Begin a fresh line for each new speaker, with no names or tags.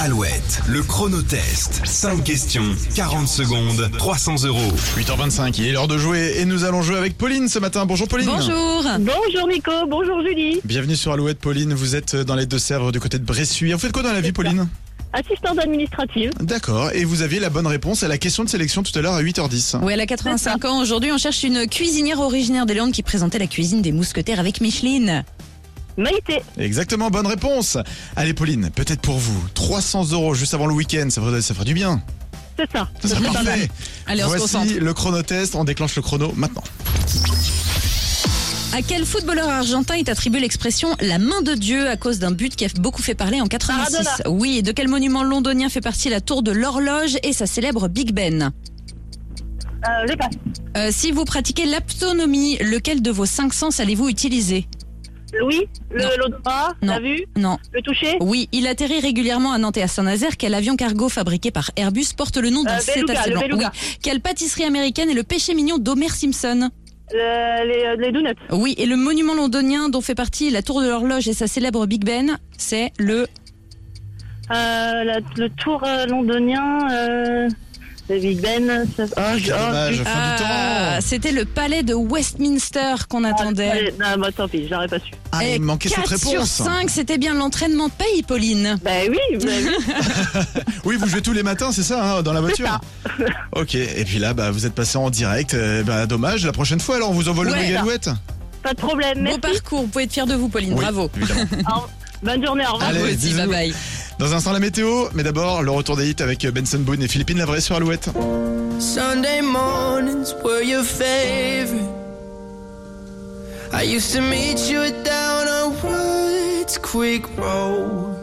Alouette, le chronotest. 5 questions, 40 secondes, 300 euros.
8h25, il est l'heure de jouer et nous allons jouer avec Pauline ce matin. Bonjour Pauline.
Bonjour.
Bonjour Nico, bonjour Julie.
Bienvenue sur Alouette Pauline, vous êtes dans les Deux-Sèvres du côté de Bressuire. Vous faites quoi dans la vie Pauline
Assistante administrative.
D'accord, et vous aviez la bonne réponse à la question de sélection tout à l'heure à 8h10.
Oui, elle a 85 ans. Aujourd'hui, on cherche une cuisinière originaire des Landes qui présentait la cuisine des mousquetaires avec Micheline.
Maïté,
Exactement, bonne réponse. Allez Pauline, peut-être pour vous, 300 euros juste avant le week-end, ça ferait, ça ferait du bien.
c'est ça.
Ça serait parfait.
Allez, on se
Voici
concentre.
le chronotest, on déclenche le chrono maintenant.
À quel footballeur argentin est attribuée l'expression la main de Dieu à cause d'un but qui a beaucoup fait parler en 86
Maradona.
Oui, et de quel monument londonien fait partie la tour de l'horloge et sa célèbre Big Ben
Euh, je passe.
Euh, Si vous pratiquez l'aptonomie, lequel de vos cinq sens allez-vous utiliser
Louis,
Non.
Euh, le- l'odorat,
Non.
la vue,
Non.
le toucher,
Oui, il atterrit régulièrement à Nantes et à Saint-Nazaire. Quel avion cargo fabriqué par Airbus porte le nom d'un
Euh, Beluga,
cétacé
le
blanc
Beluga.
Oui. Quelle pâtisserie américaine est le péché mignon d'Homer Simpson
le- Euh, les, les donuts.
Oui, et le monument londonien dont fait partie la tour de l'horloge et sa célèbre Big Ben, c'est le...
Euh, la- le tour euh, londonien, euh, le Big Ben. ça- Ah, je- ah,
Dommage,
je-
fin du
Ah,
temps.
C'était le palais de Westminster qu'on
ah,
attendait.
ouais, Non, bah, tant pis, j'aurais pas su.
Ah,
Et
il manquait cette
4 sur
réponse.
5, c'était bien l'entraînement paye, Pauline.
Ben oui, ben oui.
Oui, vous jouez tous les matins, c'est ça, hein, dans la voiture
ça.
Ok, et puis là, bah, vous êtes passé en direct. euh, bah, dommage, la prochaine fois, alors, on vous envoie le
Ouais.
méga louette.
pas de problème.
Beau
Merci.
parcours, vous pouvez être fier de vous, Pauline,
Oui,
bravo.
évidemment.
Bonne journée, au revoir.
Allez,
Vous aussi,
bisous.
bye bye.
Dans un instant, la météo, mais d'abord, le retour des hits avec euh, Benson Boone et Philippine Lavray sur Alouette.
Sunday mornings were your favorite. I used to meet you down on Woods Creek Road.